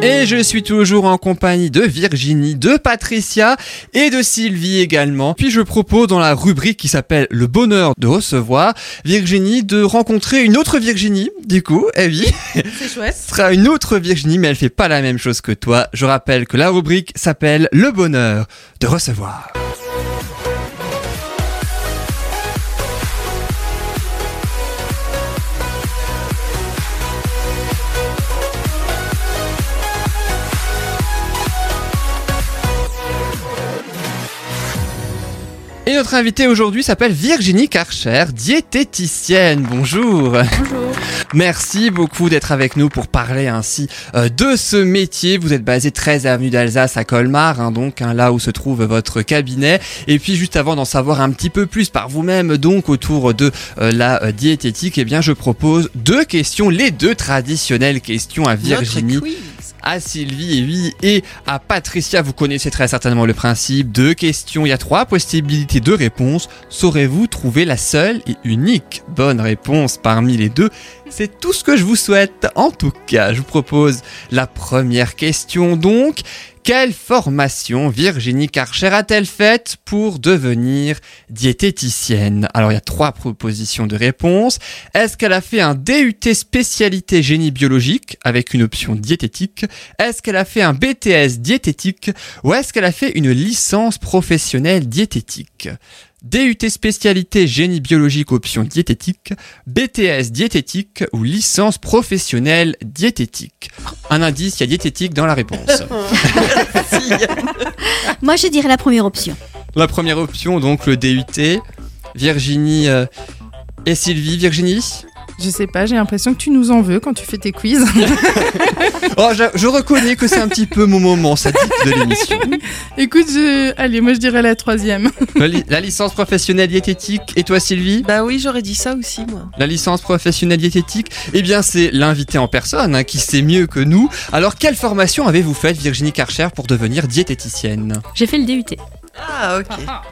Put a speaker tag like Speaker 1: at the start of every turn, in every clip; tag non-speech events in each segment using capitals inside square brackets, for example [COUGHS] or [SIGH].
Speaker 1: Et je suis toujours en compagnie de Virginie, de Patricia et de Sylvie également. Puis je propose dans la rubrique qui s'appelle Le bonheur de recevoir Virginie de rencontrer une autre Virginie, du coup, eh oui,
Speaker 2: C'est chouette.
Speaker 1: ce sera une autre Virginie mais elle fait pas la même chose que toi. Je rappelle que la rubrique s'appelle Le bonheur de recevoir. Et notre invitée aujourd'hui s'appelle Virginie Karcher, diététicienne. Bonjour.
Speaker 2: Bonjour.
Speaker 1: Merci beaucoup d'être avec nous pour parler ainsi euh, de ce métier. Vous êtes basé 13 avenue d'Alsace à Colmar, hein, donc hein, là où se trouve votre cabinet. Et puis juste avant d'en savoir un petit peu plus par vous-même, donc autour de euh, la euh, diététique, eh bien je propose deux questions, les deux traditionnelles questions à Virginie
Speaker 2: Notre quiz.
Speaker 1: à Sylvie et oui, et à Patricia. Vous connaissez très certainement le principe. Deux questions, il y a trois possibilités de réponse. Saurez-vous trouver la seule et unique bonne réponse parmi les deux C'est tout ce que je vous souhaite. En tout cas, je vous propose la première question donc. Quelle formation Virginie Karcher a-t-elle faite pour devenir diététicienne Alors il y a trois propositions de réponse. Est-ce qu'elle a fait un DUT spécialité génie biologique avec une option diététique Est-ce qu'elle a fait un BTS diététique ou est-ce qu'elle a fait une licence professionnelle diététique DUT spécialité génie biologique option diététique, BTS diététique ou licence professionnelle diététique. Un indice, il y a diététique dans la réponse.
Speaker 3: Moi, je dirais la première option.
Speaker 1: La première option, donc le DUT. Virginie euh, et Sylvie. Virginie
Speaker 2: Je sais pas, j'ai l'impression que tu nous en veux quand tu fais tes quiz. [LAUGHS]
Speaker 1: Oh, je, je reconnais que c'est un petit peu mon moment, ça dit de l'émission.
Speaker 2: Écoute, je- allez, moi je dirais la troisième.
Speaker 1: La, li- la licence professionnelle diététique. Et toi, Sylvie
Speaker 4: Bah oui, j'aurais dit ça aussi, moi.
Speaker 1: La licence professionnelle diététique Eh bien, c'est l'invité en personne hein, qui sait mieux que nous. Alors, quelle formation avez-vous faite, Virginie Karcher, pour devenir diététicienne
Speaker 3: J'ai fait le DUT.
Speaker 4: Ah, ok.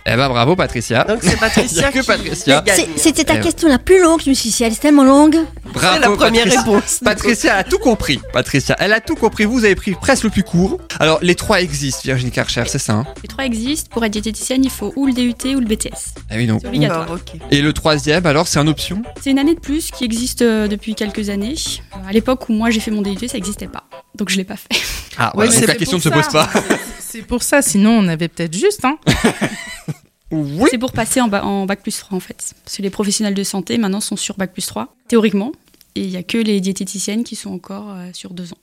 Speaker 1: Eh ben, bravo, Patricia.
Speaker 4: [LAUGHS] Donc c'est
Speaker 1: [LAUGHS]
Speaker 4: Patricia.
Speaker 1: Il y a que
Speaker 4: qui-
Speaker 1: Patricia.
Speaker 4: qui gagne.
Speaker 3: C'est- C'était ta
Speaker 1: Eh ouais.
Speaker 3: question la plus longue. Je me suis dit, si elle est tellement longue.
Speaker 4: C'est la
Speaker 1: Bravo,
Speaker 4: première
Speaker 1: Patricia.
Speaker 4: [LAUGHS] réponse.
Speaker 1: Patricia a tout compris. Patricia, elle a tout compris. Vous avez pris presque le plus court. Alors, les trois existent, Virginie Karcher, c'est ça hein
Speaker 5: Les trois existent. Pour être diététicienne, il faut ou le DUT ou le BTS.
Speaker 1: Ah oui, donc.
Speaker 5: C'est obligatoire.
Speaker 4: Bon, ok.
Speaker 1: Et le troisième, alors, c'est une option
Speaker 5: C'est une année de plus qui existe euh, depuis quelques années. Euh, À l'époque où moi j'ai fait mon DUT, ça n'existait pas. Donc je l'ai pas fait.
Speaker 1: Ah,
Speaker 4: Ouais,
Speaker 1: voilà,
Speaker 4: mais
Speaker 1: donc
Speaker 4: c'est
Speaker 1: la question ne se
Speaker 2: pour
Speaker 1: pose
Speaker 2: ça.
Speaker 1: [LAUGHS] pas.
Speaker 2: C'est pour ça, sinon on avait peut-être juste. Hein.
Speaker 1: Oui.
Speaker 5: [LAUGHS] C'est pour passer en, ba- en bac plus 3 en fait. Parce que les professionnels de santé maintenant sont sur bac plus 3, théoriquement. Et il n'y a que les diététiciennes qui sont encore euh, sur deux ans.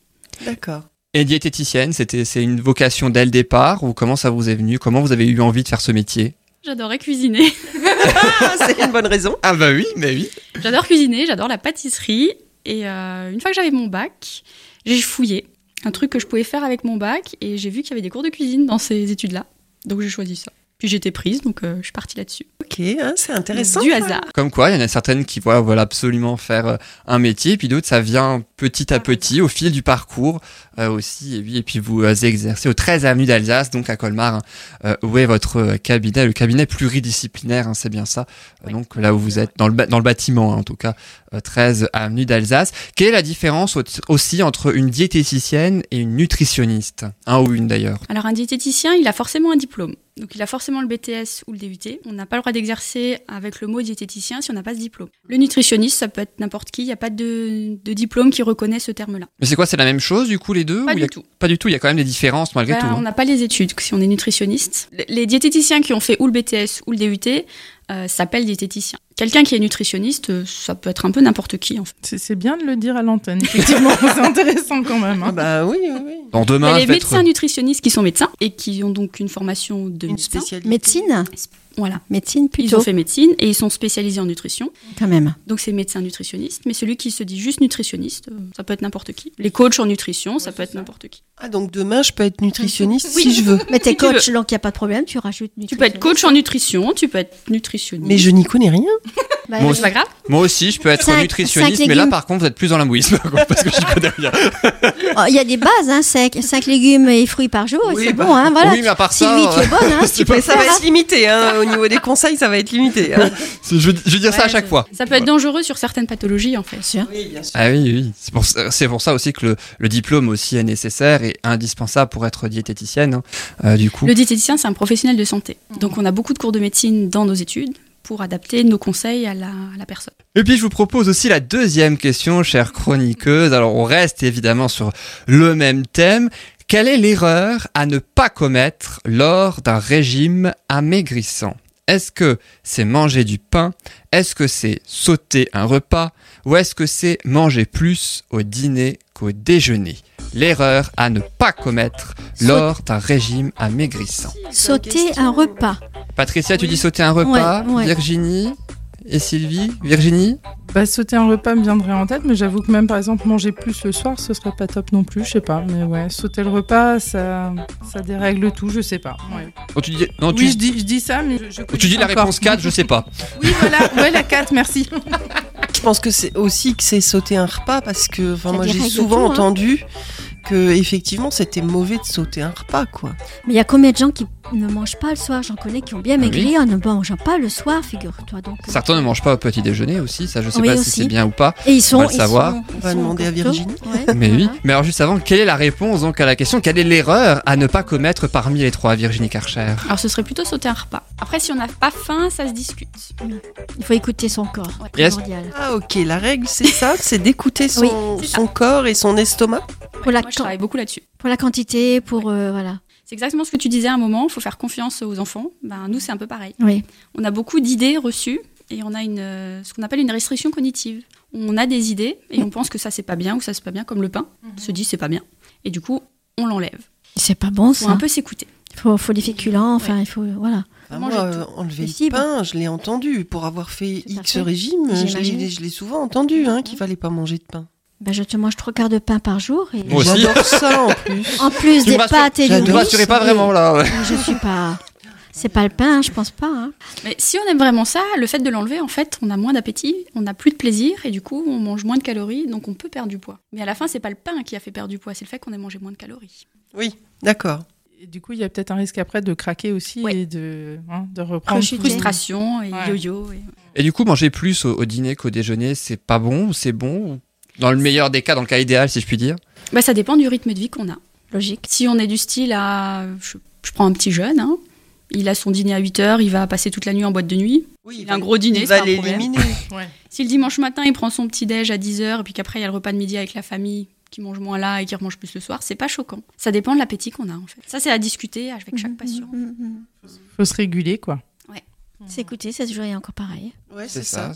Speaker 4: D'accord.
Speaker 1: Et diététicienne, c'était, c'est une vocation dès le départ ou comment ça vous est venu Comment vous avez eu envie de faire ce métier
Speaker 5: J'adorais cuisiner.
Speaker 4: [LAUGHS] Ah, c'est une bonne raison.
Speaker 1: Ah bah oui, mais oui.
Speaker 5: J'adore cuisiner, j'adore la pâtisserie. Et euh, une fois que j'avais mon bac, j'ai fouillé un truc que je pouvais faire avec mon bac et j'ai vu qu'il y avait des cours de cuisine dans ces études-là. Donc j'ai choisi ça. Puis j'étais prise, donc euh, je suis partie là-dessus.
Speaker 4: Ok, hein, c'est intéressant.
Speaker 5: Du hasard.
Speaker 1: Comme quoi, il y en a certaines qui voilà, veulent absolument faire euh, un métier, puis d'autres, ça vient
Speaker 5: Ah
Speaker 1: petit à petit, au fil du parcours euh, aussi. Et puis, et puis vous euh, exercez au 13 avenue d'Alsace, donc à Colmar, hein, euh, où est votre euh, cabinet, le cabinet pluridisciplinaire, hein, c'est bien ça. Euh,
Speaker 5: Oui.
Speaker 1: Donc là où vous êtes, dans le, ba- dans le bâtiment hein, en tout cas, euh, 13 avenue d'Alsace. Quelle est la différence au- aussi entre une diététicienne et une nutritionniste Un ou une d'ailleurs
Speaker 5: Alors un diététicien, il a forcément un diplôme. Donc il a forcément le BTS ou le DUT. On n'a pas le droit d'exercer avec le mot diététicien si on n'a pas ce diplôme. Le nutritionniste, ça peut être n'importe qui. Il n'y a pas de, de diplôme qui reconnaît ce terme-là.
Speaker 1: Mais c'est quoi C'est la même chose du coup les deux
Speaker 5: Pas
Speaker 1: ou il y
Speaker 5: du
Speaker 1: a-
Speaker 5: tout.
Speaker 1: Pas du tout, il y a quand même des différences malgré
Speaker 5: Bah,
Speaker 1: tout. hein.
Speaker 5: On n'a pas les études si on est nutritionniste. Les- Les diététiciens qui ont fait ou le BTS ou le DUT euh, s'appellent diététiciens. Quelqu'un qui est nutritionniste, euh, ça peut être un peu n'importe qui en fait.
Speaker 2: C'est c'est bien de le dire à l'antenne, effectivement, [LAUGHS] c'est intéressant quand même.
Speaker 4: Ah
Speaker 2: hein.
Speaker 4: bah oui, oui, oui.
Speaker 1: Dans
Speaker 5: Il y
Speaker 1: demain,
Speaker 5: a les
Speaker 1: je vais
Speaker 5: médecins
Speaker 1: être-
Speaker 5: nutritionnistes qui sont médecins et qui ont donc une formation de
Speaker 4: Une
Speaker 5: médecin.
Speaker 4: spécialité.
Speaker 3: Médecine
Speaker 5: Voilà.
Speaker 3: Médecine
Speaker 5: Ils ont
Speaker 3: plutôt,
Speaker 5: fait médecine et ils sont spécialisés en nutrition.
Speaker 3: quand même.
Speaker 5: Donc c'est médecin nutritionniste, mais celui qui se dit juste nutritionniste, euh, ça peut être n'importe qui. Les coachs en nutrition, ça peut être n'importe qui.
Speaker 4: Ah, donc demain, je peux être nutritionniste
Speaker 5: Oui.
Speaker 4: si je veux.
Speaker 3: Mais t'es
Speaker 5: Si tu
Speaker 3: coach, donc il n'y a pas de problème, tu rajoutes
Speaker 5: Tu peux être coach en nutrition, tu peux être nutritionniste.
Speaker 4: Mais je n'y connais rien.
Speaker 3: Bah,
Speaker 1: Moi
Speaker 3: oui.
Speaker 5: C'est pas grave.
Speaker 1: Moi aussi, je peux être
Speaker 3: Cinq-
Speaker 1: nutritionniste,
Speaker 3: cinq
Speaker 1: mais là,
Speaker 3: légumes.
Speaker 1: par contre, vous êtes plus dans l'ambouisme, quoi, parce que je connais rien.
Speaker 3: Oh, Il y a des bases, hein, 5, légumes et fruits par jour,
Speaker 4: Oui,
Speaker 3: c'est
Speaker 4: bah,
Speaker 3: bon, hein, voilà.
Speaker 1: oui, mais à part ça,
Speaker 3: Sylvie, tu
Speaker 1: euh,
Speaker 3: es bonne,
Speaker 1: [LAUGHS]
Speaker 3: hein, si tu peux
Speaker 4: Mais ça
Speaker 3: faire.
Speaker 4: va
Speaker 3: hein.
Speaker 4: être limité, [LAUGHS] hein. au niveau des conseils, ça va être limité. hein.
Speaker 1: Je, veux- je veux dire ça à
Speaker 5: Ouais,
Speaker 1: chaque
Speaker 5: je-
Speaker 1: fois.
Speaker 5: Ça peut être dangereux sur certaines pathologies, en fait.
Speaker 4: Oui, bien sûr.
Speaker 1: Ah oui, oui. C'est pour, ça- c'est pour ça aussi que le, le diplôme aussi est nécessaire et indispensable pour être diététicienne, hein. Euh, du coup.
Speaker 5: Le diététicien, c'est un professionnel de santé. Donc, on a beaucoup de cours de médecine dans nos études pour adapter nos conseils à la, à la personne.
Speaker 1: Et puis je vous propose aussi la deuxième question, chère chroniqueuse. Alors on reste évidemment sur le même thème. Quelle est l'erreur à ne pas commettre lors d'un régime amaigrissant Est-ce que c'est manger du pain Est-ce que c'est sauter un repas Ou est-ce que c'est manger plus au dîner qu'au déjeuner L'erreur à ne pas commettre lors d'un régime amaigrissant.
Speaker 3: Sauter un repas.
Speaker 1: Patricia, tu dis sauter un repas
Speaker 3: Ouais, ouais.
Speaker 1: Virginie et Sylvie Virginie
Speaker 2: Bah, sauter un repas me viendrait en tête, mais j'avoue que même par exemple manger plus le soir, ce serait pas top non plus, je sais pas. Mais ouais, sauter le repas, ça, ça dérègle tout, je sais pas. ouais.
Speaker 1: Oh, tu dis- non, tu-
Speaker 2: oui, je dis, je dis ça, mais je, je
Speaker 1: Ou tu dis la
Speaker 2: connais pas
Speaker 1: réponse
Speaker 2: encore.
Speaker 1: 4, je sais pas.
Speaker 2: Oui, voilà, ouais, la 4, merci.
Speaker 4: Je pense que c'est aussi que c'est sauter un repas parce que enfin,
Speaker 3: Ça
Speaker 4: moi j'ai
Speaker 3: dérègle
Speaker 4: souvent
Speaker 3: tout, hein.
Speaker 4: entendu que effectivement c'était mauvais de sauter un repas quoi.
Speaker 3: Mais il y a combien de gens qui ne mangent pas le soir J'en connais qui ont bien
Speaker 1: Ah oui.
Speaker 3: maigri en ne mangeant pas le soir, figure-toi. Donc, euh,
Speaker 1: Certains ne mangent pas au petit déjeuner aussi, ça je sais
Speaker 3: Oui,
Speaker 1: pas si
Speaker 3: aussi.
Speaker 1: c'est bien ou pas,
Speaker 3: Et ils sont.
Speaker 1: va le
Speaker 3: ils
Speaker 1: savoir.
Speaker 3: sont-
Speaker 4: On
Speaker 3: ils
Speaker 4: va
Speaker 3: sont
Speaker 4: demander à
Speaker 3: encore tôt.
Speaker 4: Virginie.
Speaker 3: Ouais,
Speaker 1: mais
Speaker 3: [LAUGHS]
Speaker 1: oui.
Speaker 3: voilà.
Speaker 1: Mais alors juste avant, quelle est la réponse donc à la question Quelle est l'erreur à ne pas commettre parmi les trois, Virginie Karcher
Speaker 5: Alors, ce serait plutôt sauter un repas. Après, si on n'a pas faim, ça se discute.
Speaker 3: Il faut écouter son corps.
Speaker 5: Ouais.
Speaker 1: Yes.
Speaker 3: primordial.
Speaker 4: Ah ok, la règle c'est ça, c'est d'écouter son,
Speaker 3: Oui,
Speaker 5: c'est ça.
Speaker 4: son corps et son estomac.
Speaker 3: Pour la
Speaker 5: Moi, je
Speaker 3: can-
Speaker 5: travaille beaucoup là-dessus.
Speaker 3: Pour la quantité, pour. euh, voilà.
Speaker 5: C'est exactement ce que tu disais à un moment, il faut faire confiance aux enfants. Ben, nous, c'est un peu pareil.
Speaker 3: Oui.
Speaker 5: On a beaucoup d'idées reçues et on a une, euh, ce qu'on appelle une restriction cognitive. On a des idées et on pense que ça, c'est pas bien ou ça, c'est pas bien, comme le pain. On se dit, c'est pas bien. Et du coup, on l'enlève.
Speaker 3: C'est pas bon,
Speaker 5: Il faut un
Speaker 3: ça.
Speaker 5: peu s'écouter.
Speaker 3: Il faut, faut des féculents, enfin, il faut. Voilà.
Speaker 4: Enfin,
Speaker 5: Manger
Speaker 4: moi,
Speaker 5: tout.
Speaker 4: euh, enlever
Speaker 3: Les
Speaker 4: le
Speaker 3: fibres.
Speaker 4: pain, je l'ai entendu. Pour avoir fait
Speaker 3: Tout à
Speaker 4: X
Speaker 3: fait.
Speaker 4: régime, je
Speaker 3: J'imagine.
Speaker 4: l'ai- je l'ai souvent entendu hein, qu'il fallait pas manger de pain.
Speaker 3: Ben, je te mange trois quarts de pain par jour. Et...
Speaker 1: Moi aussi.
Speaker 4: J'adore ça en
Speaker 1: [LAUGHS]
Speaker 4: plus.
Speaker 3: En plus
Speaker 1: Tu
Speaker 3: des
Speaker 1: me rassures-
Speaker 3: pâtes et
Speaker 1: Ne
Speaker 3: du
Speaker 1: te
Speaker 4: J'adore.
Speaker 3: riz.
Speaker 1: rassurez pas
Speaker 3: oui.
Speaker 1: vraiment là. ouais.
Speaker 3: Je suis pas. C'est pas le pain, hein, je pense pas. hein.
Speaker 5: Mais si on aime vraiment ça, le fait de l'enlever, en fait, on a moins d'appétit, on a plus de plaisir et du coup, on mange moins de calories, donc on peut perdre du poids. Mais à la fin, c'est pas le pain qui a fait perdre du poids, c'est le fait qu'on ait mangé moins de calories.
Speaker 4: Oui, d'accord.
Speaker 2: Et du coup, il y a peut-être un risque après de craquer aussi
Speaker 5: Ouais.
Speaker 2: et de, hein, de reprendre.
Speaker 3: Rechuter.
Speaker 2: tout.
Speaker 5: Frustration et
Speaker 2: Ouais.
Speaker 5: yo-yo. et-
Speaker 1: Et du coup, manger plus au, au dîner qu'au déjeuner, c'est pas bon ou c'est bon ou- Dans le meilleur des cas, dans le cas idéal, si je puis dire.
Speaker 5: Bah, ça dépend du rythme de vie qu'on a.
Speaker 3: Logique.
Speaker 5: Si on est du style à. Je, je prends un petit jeune, hein, il a son dîner à 8 h, il va passer toute la nuit en boîte de nuit.
Speaker 4: Oui,
Speaker 5: Il a un gros dîner,
Speaker 4: Il
Speaker 5: c'est
Speaker 4: va
Speaker 5: pas un problème.
Speaker 4: l'éliminer.
Speaker 2: Ouais.
Speaker 5: Si le dimanche matin, il prend son petit déj à 10 h et puis qu'après, il y a le repas de midi avec la famille qui mange moins là et qui remange plus le soir, c'est pas choquant. Ça dépend de l'appétit qu'on a, en fait. Ça, c'est à discuter avec chaque patient.
Speaker 3: Mhm, mhm.
Speaker 2: Faut se réguler, quoi.
Speaker 3: S'écouter, c'est toujours et encore pareil.
Speaker 4: Ouais, c'est ça.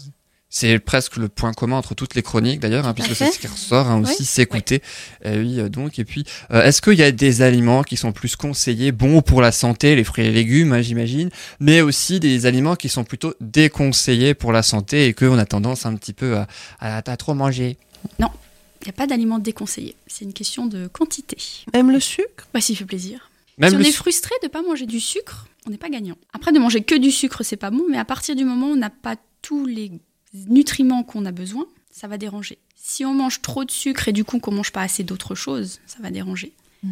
Speaker 1: C'est presque le point commun entre toutes les chroniques d'ailleurs, hein, puisque c'est
Speaker 3: fait.
Speaker 1: ce qui ressort hein,
Speaker 3: Oui.
Speaker 1: aussi, s'écouter. Eh oui, euh, donc. Et puis, euh, est-ce qu'il y a des aliments qui sont plus conseillés, bons pour la santé, les fruits et légumes, hein, j'imagine, mais aussi des aliments qui sont plutôt déconseillés pour la santé et qu'on a tendance un petit peu à, à- à trop manger
Speaker 5: Il n'y a pas d'aliments déconseillés. C'est une question de quantité.
Speaker 4: Même le sucre
Speaker 5: Bah, s'il fait plaisir.
Speaker 1: Même
Speaker 5: si on
Speaker 1: le
Speaker 5: est
Speaker 1: su-
Speaker 5: frustré de ne pas manger du sucre, on n'est pas gagnant. Après, de manger que du sucre, c'est pas bon, mais à partir du moment où on n'a pas tous les nutriments qu'on a besoin, ça va déranger. Si on mange trop de sucre et du coup qu'on mange pas assez d'autres choses, ça va déranger.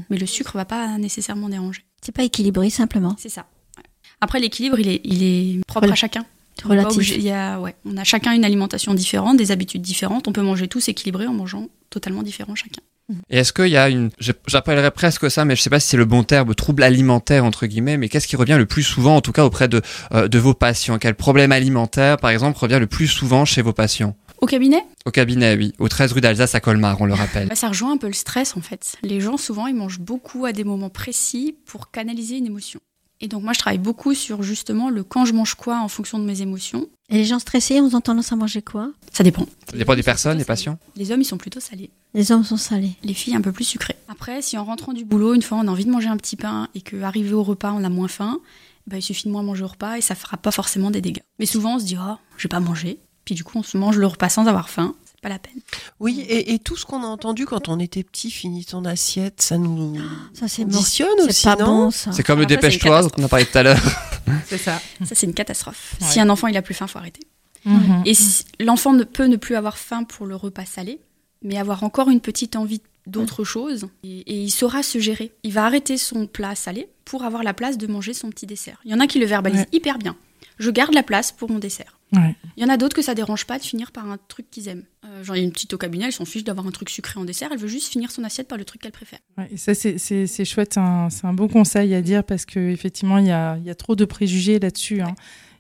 Speaker 5: Mais le sucre va pas nécessairement déranger.
Speaker 3: C'est pas équilibré, simplement.
Speaker 5: C'est ça. Ouais. Après, l'équilibre, il est, il est propre à
Speaker 3: Rel-
Speaker 5: chacun. On est pas obligé-
Speaker 3: Relatif.
Speaker 5: il y a, ouais, on a chacun une alimentation différente, des habitudes différentes. On peut manger tous équilibrés en mangeant totalement différent chacun.
Speaker 1: Et est-ce qu'il y a une, je- j'appellerais presque ça, mais je sais pas si c'est le bon terme, trouble alimentaire entre guillemets, mais qu'est-ce qui revient le plus souvent, en tout cas auprès de, euh, de vos patients Quel problème alimentaire, par exemple, revient le plus souvent chez vos patients
Speaker 5: Au cabinet,
Speaker 1: Au cabinet, oui, au 13 rue d'Alsace à Colmar, on le rappelle.
Speaker 5: Bah, ça rejoint un peu le stress en fait. Les gens souvent ils mangent beaucoup à des moments précis pour canaliser une émotion. Et donc moi je travaille beaucoup sur justement le quand je mange quoi en fonction de mes émotions.
Speaker 3: Et les gens stressés, on a tendance à manger quoi
Speaker 5: Ça dépend.
Speaker 1: Ça dépend des
Speaker 5: Ils sont
Speaker 1: personnes,
Speaker 5: plutôt
Speaker 1: des
Speaker 5: salés.
Speaker 1: patients.
Speaker 4: Ah.
Speaker 5: Les hommes ils sont plutôt salés,
Speaker 3: Les hommes sont salés.
Speaker 5: les filles un peu plus sucrées. Après si en rentrant du boulot une fois on a envie de manger un petit pain et que arrivé au repas on a moins faim, bah, il suffit de moins manger au repas et ça fera pas forcément des dégâts. Mais souvent on se dit oh je vais pas manger. Puis du coup on se mange le repas sans avoir faim. C'est pas la peine.
Speaker 4: Oui, et, et tout ce qu'on a entendu quand on était petit, finis ton assiette, ça
Speaker 5: [GASPS]
Speaker 4: nous
Speaker 3: Ça, c'est bon.
Speaker 4: conditionne aussi,
Speaker 3: C'est pas
Speaker 4: non
Speaker 3: bon, ça.
Speaker 1: C'est comme
Speaker 4: Ah,
Speaker 1: le
Speaker 5: Alors ça, c'est une
Speaker 1: dépêche-toi dont on a parlé tout à l'heure.
Speaker 2: C'est ça.
Speaker 5: Ça, c'est une catastrophe.
Speaker 2: Ouais.
Speaker 5: Si un enfant il a plus faim, faut arrêter.
Speaker 2: Mhm.
Speaker 5: Et si- l'enfant ne peut ne plus avoir faim pour le repas salé, mais avoir encore une petite envie d'autre chose, et, et il saura se gérer. Il va arrêter son plat salé pour avoir la place de manger son petit dessert. Il y en a qui le verbalisent
Speaker 2: Ouais.
Speaker 5: hyper bien. Je garde la place pour mon dessert.
Speaker 2: Ouais.
Speaker 5: Il y en a d'autres que ça dérange pas de finir par un truc qu'ils aiment. Euh, genre, il y a une petite au cabinet, elle s'en fiche d'avoir un truc sucré en dessert, elle veut juste finir son assiette par le truc qu'elle préfère.
Speaker 2: Ouais, et ça, c'est- c'est c'est chouette, hein, c'est un bon conseil à dire parce qu'effectivement, il y a, il y a trop de préjugés là-dessus. hein.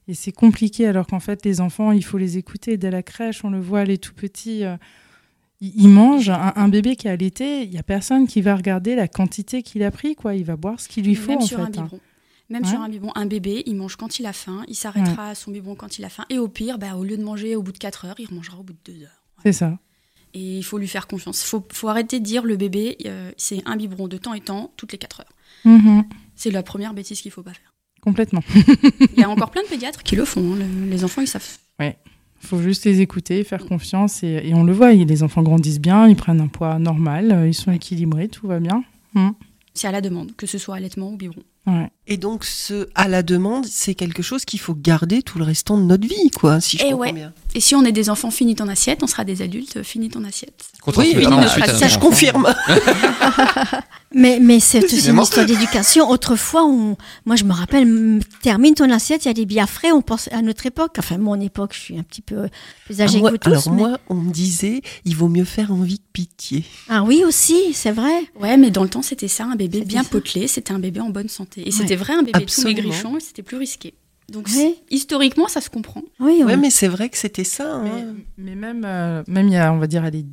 Speaker 2: Et c'est compliqué, alors qu'en fait, les enfants, il faut les écouter. Dès la crèche, on le voit, les tout petits, euh, ils, ils mangent. Un, un bébé qui est allaité, il n'y a personne qui va regarder la quantité qu'il a pris. quoi. Il va boire ce qu'il lui faut,
Speaker 5: Même
Speaker 2: en
Speaker 5: sur un
Speaker 2: fait. hein.
Speaker 5: biberon. Même
Speaker 2: Ouais.
Speaker 5: sur un biberon, un bébé, il mange quand il a faim, il s'arrêtera à son biberon quand il a faim, et au pire, bah, au lieu de manger au bout de 4 heures, il mangera au bout de 2 heures.
Speaker 2: C'est ça.
Speaker 5: Et il faut lui faire confiance. Il faut, faut arrêter de dire le bébé, euh, c'est un biberon de temps et temps, toutes les 4 heures.
Speaker 2: Mhm,
Speaker 5: C'est la première bêtise qu'il faut
Speaker 3: [LAUGHS]
Speaker 5: pas faire.
Speaker 2: Complètement.
Speaker 5: Il y a encore plein de pédiatres qui le font. hein. Le- les enfants, ils savent.
Speaker 2: faut juste les écouter, faire confiance. Et, et on le voit, ils- les enfants grandissent bien, ils prennent un poids normal, euh, ils sont équilibrés, tout va bien.
Speaker 5: C'est à la demande, que ce soit allaitement ou biberon.
Speaker 2: Ouais.
Speaker 4: Et donc, ce à la demande, c'est quelque chose qu'il faut garder tout le restant de notre vie, quoi, si je
Speaker 5: Eh
Speaker 4: comprends
Speaker 5: ouais.
Speaker 4: bien.
Speaker 5: Et si on est des enfants, finis ton assiette. On sera des adultes, finis ton assiette.
Speaker 1: Contre-transmettre
Speaker 4: oui,
Speaker 1: ensuite à
Speaker 4: ça,
Speaker 1: notre
Speaker 4: Ah, je
Speaker 1: enfant.
Speaker 4: confirme.
Speaker 3: Mais, mais c'est c'est une
Speaker 1: Décidément.
Speaker 3: histoire d'éducation. Autrefois, on, moi, je me rappelle, m- termine ton assiette, il y a des bières frais. On pense à notre époque. Enfin, mon époque, je suis un petit peu plus âgée
Speaker 4: Ah, Moi-
Speaker 3: que vous tous.
Speaker 4: alors,
Speaker 3: mais-
Speaker 4: moi, on me disait, il vaut mieux faire envie que pitié.
Speaker 3: Ah oui, aussi, c'est vrai.
Speaker 5: Ouais, mais dans le temps, c'était ça, un bébé
Speaker 3: C'était
Speaker 5: bien
Speaker 3: ça.
Speaker 5: potelé, c'était un bébé en bonne santé. Et
Speaker 3: Ouais.
Speaker 5: c'était vrai, un bébé
Speaker 4: Absolument.
Speaker 5: tout maigrichon, et c'était plus risqué. Donc,
Speaker 3: Ouais.
Speaker 5: c'est- historiquement, ça se comprend.
Speaker 3: Oui, on-
Speaker 4: Ouais, mais c'est vrai que c'était ça.
Speaker 3: Ah.
Speaker 2: Mais,
Speaker 4: hein.
Speaker 2: mais même, euh, même il y a, on va dire, allez,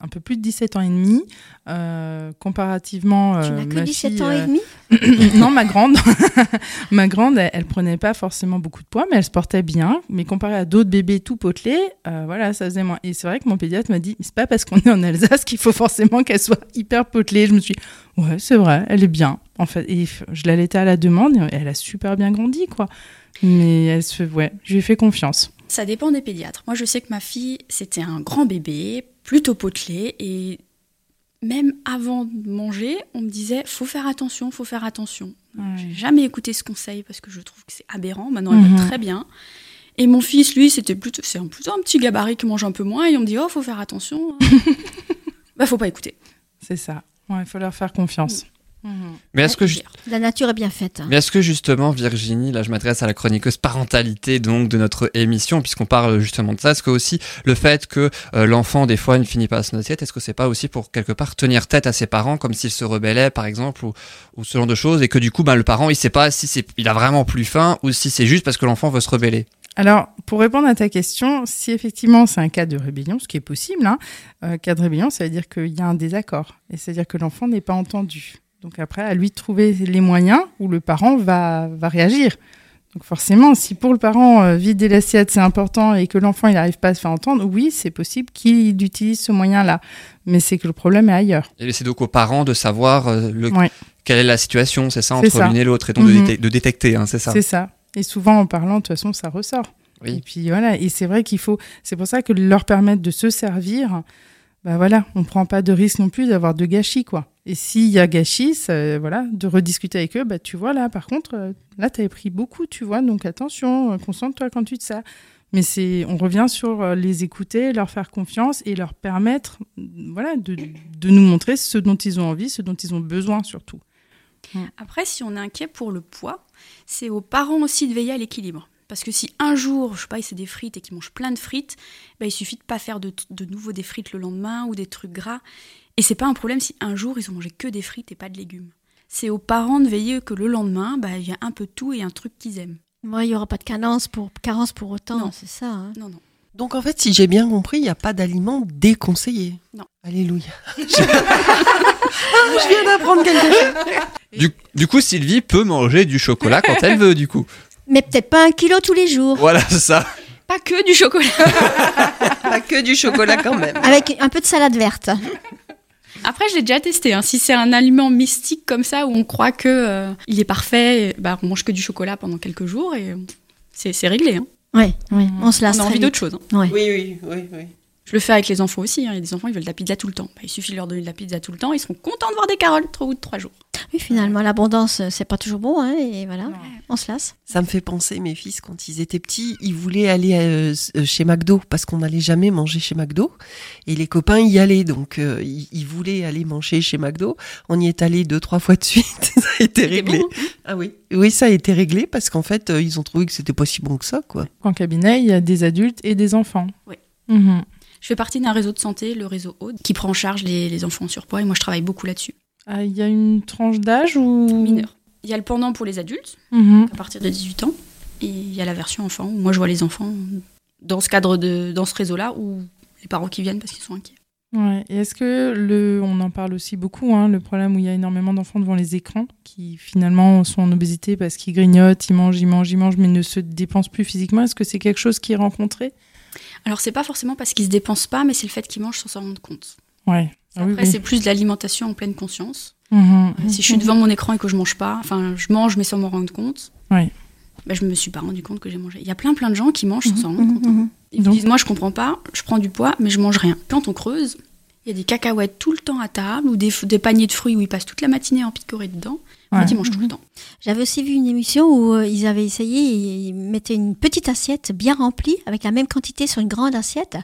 Speaker 2: un peu plus de 17 ans et demi, euh, comparativement.
Speaker 3: tu
Speaker 2: euh,
Speaker 3: n'as que
Speaker 2: ma
Speaker 3: 17
Speaker 2: fille,
Speaker 3: ans et
Speaker 2: euh,
Speaker 3: demi.
Speaker 2: [COUGHS] non, ma grande. [LAUGHS] ma grande, elle, elle prenait pas forcément beaucoup de poids, mais elle se portait bien. Mais comparé à d'autres bébés tout potelés, euh, voilà, ça faisait moins. Et c'est vrai que mon pédiatre m'a dit, c'est pas parce qu'on est en Alsace qu'il faut forcément qu'elle soit hyper potelée. Je me suis, dit, ouais, c'est vrai, elle est bien. En fait, et f- je l'allaitais à la demande, et elle a super bien grandi, quoi. Mais elle se, ouais, je lui ai fait confiance.
Speaker 5: Ça dépend des pédiatres. Moi, je sais que ma fille, c'était un grand bébé, plutôt potelé, et même avant de manger, on me disait faut faire attention, faut faire attention. J'ai jamais écouté ce conseil parce que je trouve que c'est aberrant. Maintenant, elle
Speaker 2: Mhm.
Speaker 5: va très bien. Et mon fils, lui, c'était plutôt, c'est un- plutôt un petit gabarit qui mange un peu moins, et on me dit oh, faut faire attention.
Speaker 2: [LAUGHS]
Speaker 5: bah, faut pas écouter.
Speaker 2: C'est ça. Ouais, il faut leur faire confiance. Mhm.
Speaker 1: Mais est-ce que, ju-
Speaker 3: La nature est bien faite. hein.
Speaker 1: mais est-ce que justement, Virginie, là je m'adresse à la chroniqueuse parentalité donc de notre émission, puisqu'on parle justement de ça, est-ce que aussi le fait que euh, l'enfant des fois ne finit pas son assiette, est-ce que c'est pas aussi pour quelque part tenir tête à ses parents comme s'ils se rebellaient par exemple ou, ou ce genre de choses et que du coup ben, le parent il sait pas si c'est, il a vraiment plus faim ou si c'est juste parce que l'enfant veut se rebeller
Speaker 2: Alors, pour répondre à ta question, si effectivement c'est un cas de rébellion, ce qui est possible, hein, euh, cas de rébellion, ça veut dire qu'il y a un désaccord, et c'est-à-dire que l'enfant n'est pas entendu. Donc après, à lui de trouver les moyens où le parent va, va réagir. Donc forcément, si pour le parent, euh, vider l'assiette, c'est important et que l'enfant, il n'arrive pas à se faire entendre, oui, c'est possible qu'il utilise ce moyen-là. Mais c'est que le problème est ailleurs.
Speaker 1: Et c'est donc aux parents de savoir euh, le-
Speaker 2: Ouais.
Speaker 1: quelle est la situation, c'est ça,
Speaker 2: C'est
Speaker 1: entre
Speaker 2: ça.
Speaker 1: l'une et l'autre, et donc
Speaker 2: Mhm.
Speaker 1: de, détec- de détecter, hein, c'est ça.
Speaker 2: C'est ça. Et souvent, en parlant, de toute façon, ça ressort.
Speaker 1: Oui.
Speaker 2: Et puis voilà. Et c'est vrai qu'il faut. C'est pour ça que leur permettre de se servir, bah voilà, on prend pas de risque non plus d'avoir de gâchis, quoi. Et s'il y a gâchis, ça- voilà, de rediscuter avec eux, bah tu vois là, par contre, euh, là, t'avais pris beaucoup, tu vois, donc attention, euh, concentre-toi quand tu te sers. Mais c'est, on revient sur euh, les écouter, leur faire confiance et leur permettre, euh, voilà, de, de nous montrer ce dont ils ont envie, ce dont ils ont besoin surtout.
Speaker 5: Après, si on est inquiet pour le poids, c'est aux parents aussi de veiller à l'équilibre. Parce que si un jour, je sais pas, il c'est des frites et qu'il mange plein de frites, ben, il suffit de pas faire de, de nouveau des frites le lendemain ou des trucs gras. Et c'est pas un problème si un jour ils ont mangé que des frites et pas de légumes. C'est aux parents de veiller que le lendemain, ben, il y a un peu de tout et un truc qu'ils aiment.
Speaker 3: Moi, il n'y aura pas de carence pour, carence pour autant,
Speaker 5: Non.
Speaker 3: c'est ça. hein.
Speaker 5: Non, non.
Speaker 4: Donc, en fait, si j'ai bien compris, il n'y a pas d'aliments déconseillés.
Speaker 5: Non.
Speaker 4: Alléluia. Je viens d'apprendre quelque chose.
Speaker 1: Du, du coup, Sylvie peut manger du chocolat quand elle veut, du coup.
Speaker 3: Mais peut-être pas un kilo tous les jours.
Speaker 1: [LAUGHS] Voilà, c'est ça.
Speaker 5: Pas que du chocolat.
Speaker 4: Pas que du chocolat quand [LAUGHS] même.
Speaker 3: Avec un peu de salade verte.
Speaker 5: Après, je l'ai déjà testé. hein. Si c'est un aliment mystique comme ça, où on croit que euh, il est parfait, et, bah, on mange que du chocolat pendant quelques jours et euh, c'est c'est réglé. hein.
Speaker 3: Ouais, ouais, on se lasse.
Speaker 5: On a
Speaker 3: très
Speaker 5: envie
Speaker 3: vite.
Speaker 5: d'autre chose. hein.
Speaker 4: Oui, oui, oui, oui.
Speaker 5: Je Je le fais avec les enfants aussi. hein. Il y a des enfants, ils veulent de la pizza tout le temps. Bah, il suffit de leur donner de la pizza tout le temps. Ils seront contents de voir des carottes au bout de trois jours.
Speaker 3: Oui, finalement, l'abondance, euh, c'est pas toujours bon, hein, et voilà,
Speaker 2: Non.
Speaker 3: on se lasse.
Speaker 4: Ça me fait penser, mes fils, quand ils étaient petits, ils voulaient aller euh, s- euh, chez McDo parce qu'on n'allait jamais manger chez McDo. Et les copains y allaient, donc euh, ils, ils voulaient aller manger chez McDo. On y est allé deux, trois fois de suite. [LAUGHS] ça a été
Speaker 5: C'était
Speaker 4: réglé.
Speaker 5: bon, hein.
Speaker 4: Ah oui. Oui, ça a été réglé parce qu'en fait, euh, ils ont trouvé que c'était pas si bon que ça, quoi.
Speaker 2: En cabinet, il y a des adultes et des enfants.
Speaker 5: Oui.
Speaker 2: Mhm.
Speaker 5: Je fais partie d'un réseau de santé, le réseau Aude, qui prend en charge les, les enfants en surpoids. Et moi, je travaille beaucoup là-dessus.
Speaker 2: Ah, il y a une tranche d'âge ou
Speaker 5: Mineurs. Il y a le pendant pour les adultes,
Speaker 2: Mhm.
Speaker 5: à partir de 18 ans. Et il y a la version enfant, où moi, je vois les enfants dans ce cadre de, dans ce réseau-là, ou les parents qui viennent parce qu'ils sont inquiets.
Speaker 2: Ouais. Et est-ce que le, on en parle aussi beaucoup, hein, le problème où il y a énormément d'enfants devant les écrans qui finalement sont en obésité parce qu'ils grignotent, ils mangent, ils mangent, ils mangent, mais ne se dépensent plus physiquement. Est-ce que c'est quelque chose qui est rencontré
Speaker 5: Alors, c'est pas forcément parce qu'ils se dépensent pas, mais c'est le fait qu'ils mangent sans s'en rendre compte.
Speaker 2: Ouais. Ah oui,
Speaker 5: Après,
Speaker 2: oui.
Speaker 5: c'est plus de l'alimentation en pleine conscience.
Speaker 2: Mhm.
Speaker 5: Si je suis devant mon écran et que je mange pas, enfin, je mange mais sans m'en rendre compte.
Speaker 2: Ouais.
Speaker 5: Ben, je me suis pas rendu compte que j'ai mangé. Il y a plein plein de gens qui mangent sans s'en
Speaker 4: Mmh,
Speaker 5: rendre compte.
Speaker 3: Mhm, mhm.
Speaker 5: Ils
Speaker 2: Donc-
Speaker 5: disent moi je comprends pas, je prends du poids mais je mange rien. Quand on creuse, il y a des cacahuètes tout le temps à table ou des, f- des paniers de fruits où ils passent toute la matinée à en picorer dedans. En
Speaker 2: Ouais.
Speaker 5: fait, ils mangent tout le temps.
Speaker 3: J'avais aussi vu une émission où euh, ils avaient essayé, ils ils mettaient une petite assiette bien remplie avec la même quantité sur une grande assiette.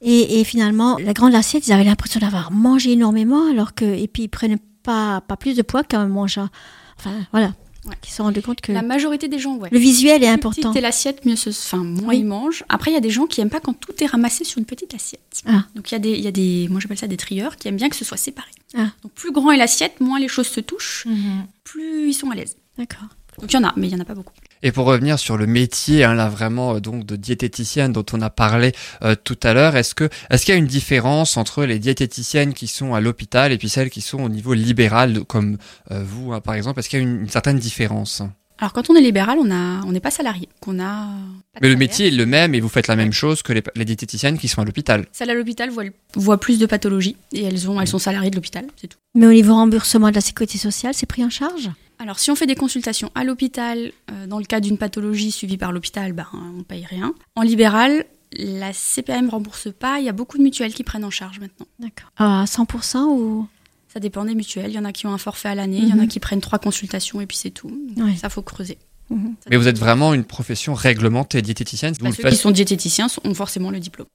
Speaker 3: Et, et finalement, la grande assiette, ils avaient l'impression d'avoir mangé énormément, alors que et puis ils prenaient pas pas plus de poids qu'un mangeant. Enfin voilà,
Speaker 5: Ouais.
Speaker 3: ils se sont rendus compte que
Speaker 5: La majorité des gens ouais.
Speaker 3: le visuel est
Speaker 5: Plus
Speaker 3: important.
Speaker 5: petite est l'assiette, mieux ce, enfin, moins
Speaker 3: Oui.
Speaker 5: ils mangent. Après, il y a des gens qui aiment pas quand tout est ramassé sur une petite assiette.
Speaker 3: Ah.
Speaker 5: Donc il y a des, il y a des, moi j'appelle ça des trieurs qui aiment bien que ce soit séparé.
Speaker 3: Ah. Mm.
Speaker 5: Donc plus grand est l'assiette, moins les choses se touchent,
Speaker 2: Mhm.
Speaker 5: plus ils sont à l'aise.
Speaker 3: D'accord.
Speaker 5: Donc il y en a, mais il y en a pas beaucoup.
Speaker 1: Et pour revenir sur le métier, hein, là vraiment euh, donc de diététicienne dont on a parlé euh, tout à l'heure, est-ce que est-ce qu'il y a une différence entre les diététiciennes qui sont à l'hôpital et puis celles qui sont au niveau libéral comme euh, vous hein, par exemple Est-ce qu'il y a une, une certaine différence
Speaker 5: Alors quand on est libéral, on a, on n'est pas salarié, qu'on a. euh,
Speaker 1: Mais le
Speaker 5: pas de salaire.
Speaker 1: métier est le même et vous faites la même chose que les, les diététiciennes qui sont à l'hôpital.
Speaker 5: Celles à l'hôpital voient, voient plus de pathologies et elles ont, elles
Speaker 1: Mmh.
Speaker 5: sont salariées de l'hôpital, c'est tout.
Speaker 3: Mais au niveau remboursement de la sécurité sociale, c'est pris en charge.
Speaker 5: Alors si on fait des consultations à l'hôpital euh, dans le cas d'une pathologie suivie par l'hôpital, ben on paye rien. En libéral, la CPM rembourse pas. Il y a beaucoup de mutuelles qui prennent en charge maintenant.
Speaker 3: D'accord. À 100% ou
Speaker 5: Ça dépend des mutuelles. Il y en a qui ont un forfait à l'année, il y en a
Speaker 1: Mmh.
Speaker 3: Mhm.
Speaker 5: qui prennent trois consultations et puis c'est tout. Donc,
Speaker 3: Ouais.
Speaker 5: Ça faut creuser.
Speaker 3: Mhm.
Speaker 5: Ça
Speaker 1: Mmh. Mais vous
Speaker 5: dépend
Speaker 1: êtes
Speaker 5: des-
Speaker 1: vraiment une profession réglementée diététicienne, d'où
Speaker 5: Bah,
Speaker 1: le
Speaker 5: ceux
Speaker 1: fait-
Speaker 5: qui sont diététiciens sont- ont forcément le diplôme.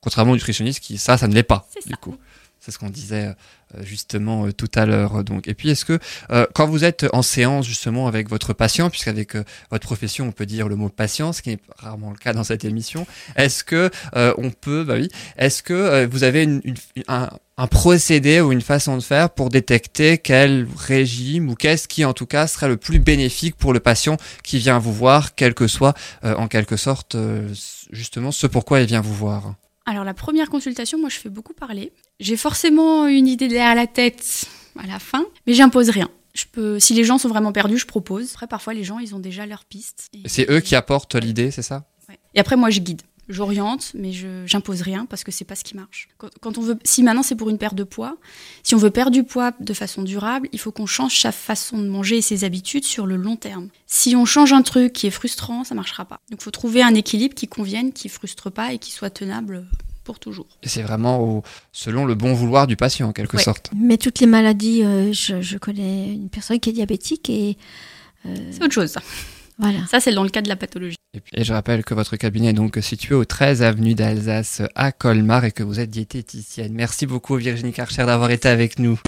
Speaker 1: contrairement aux nutritionnistes qui ça ça ne l'est pas
Speaker 5: C'est
Speaker 1: du
Speaker 5: ça.
Speaker 1: coup c'est ce qu'on disait euh, justement euh, tout à l'heure donc et puis est-ce que euh, quand vous êtes en séance justement avec votre patient puisqu'avec euh, votre profession on peut dire le mot patient ce qui n'est rarement le cas dans cette émission est-ce que euh, on peut bah oui est-ce que euh, vous avez une- une- un, un procédé ou une façon de faire pour détecter quel régime ou qu'est-ce qui en tout cas sera le plus bénéfique pour le patient qui vient vous voir quel que soit euh, en quelque sorte euh, justement ce pourquoi il vient vous voir
Speaker 5: Alors la première consultation, moi je fais beaucoup parler. J'ai forcément une idée derrière la tête à la fin, mais j'impose rien. Je peux, si les gens sont vraiment perdus, je propose. Après, parfois, les gens, ils ont déjà leur piste. Et-
Speaker 1: C'est eux qui apportent l'idée, c'est ça
Speaker 5: Ouais. Et après, moi, je guide. J'oriente, mais je j'impose rien parce que c'est pas ce qui marche. Quand, quand on veut, si maintenant c'est pour une perte de poids, si on veut perdre du poids de façon durable, il faut qu'on change sa façon de manger et ses habitudes sur le long terme. Si on change un truc qui est frustrant, ça marchera pas. Donc, faut trouver un équilibre qui convienne, qui frustre pas et qui soit tenable pour toujours.
Speaker 1: Et C'est vraiment au- selon le bon vouloir du patient, en quelque
Speaker 5: Ouais.
Speaker 1: sorte.
Speaker 3: Mais toutes les maladies, euh, je, je connais une personne qui est diabétique et euh,
Speaker 5: C'est autre chose. ça.
Speaker 3: voilà.
Speaker 5: Ça, c'est dans le cas de la pathologie.
Speaker 1: Et, puis- et je rappelle que votre cabinet est donc situé au 13 avenue d'Alsace à Colmar et que vous êtes diététicienne. Merci beaucoup Virginie Karcher d'avoir été avec nous.